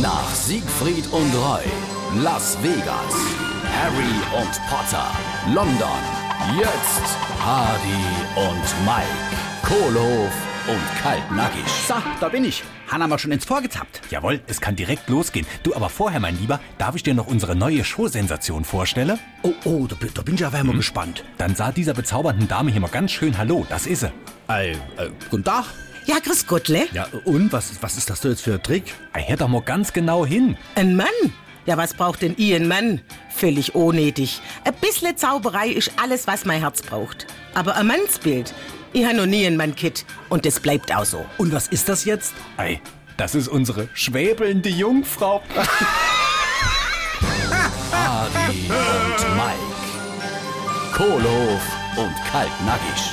Nach Siegfried und Roy, Las Vegas, Harry und Potter, London, jetzt Hardy und Mike, Kohlehof und Kaltnackig. So, da bin ich. Hanna mal schon ins Vorgezappt. Jawohl, es kann direkt losgehen. Du, aber vorher, mein Lieber, darf ich dir noch unsere neue Showsensation vorstellen? Oh, oh, da, bin- da bin ich aber immer gespannt. Dann sah dieser bezaubernden Dame hier mal ganz schön Hallo, das ist sie. Äh, äh, guten Tag. Ja, grüß Gottle. Ja, und? Was, was ist das denn jetzt für ein Trick? Ei, hör doch mal ganz genau hin. Ein Mann? Ja, was braucht denn ihr ein Mann? Völlig unnötig. Ein bisschen Zauberei ist alles, was mein Herz braucht. Aber ein Mannsbild? Ich habe noch nie einen Mann, Kid. Und das bleibt auch so. Und was ist das jetzt? Ei, das ist unsere schwäbelnde Jungfrau. Hardy und Mike, Kohlehof und Kaltnackig.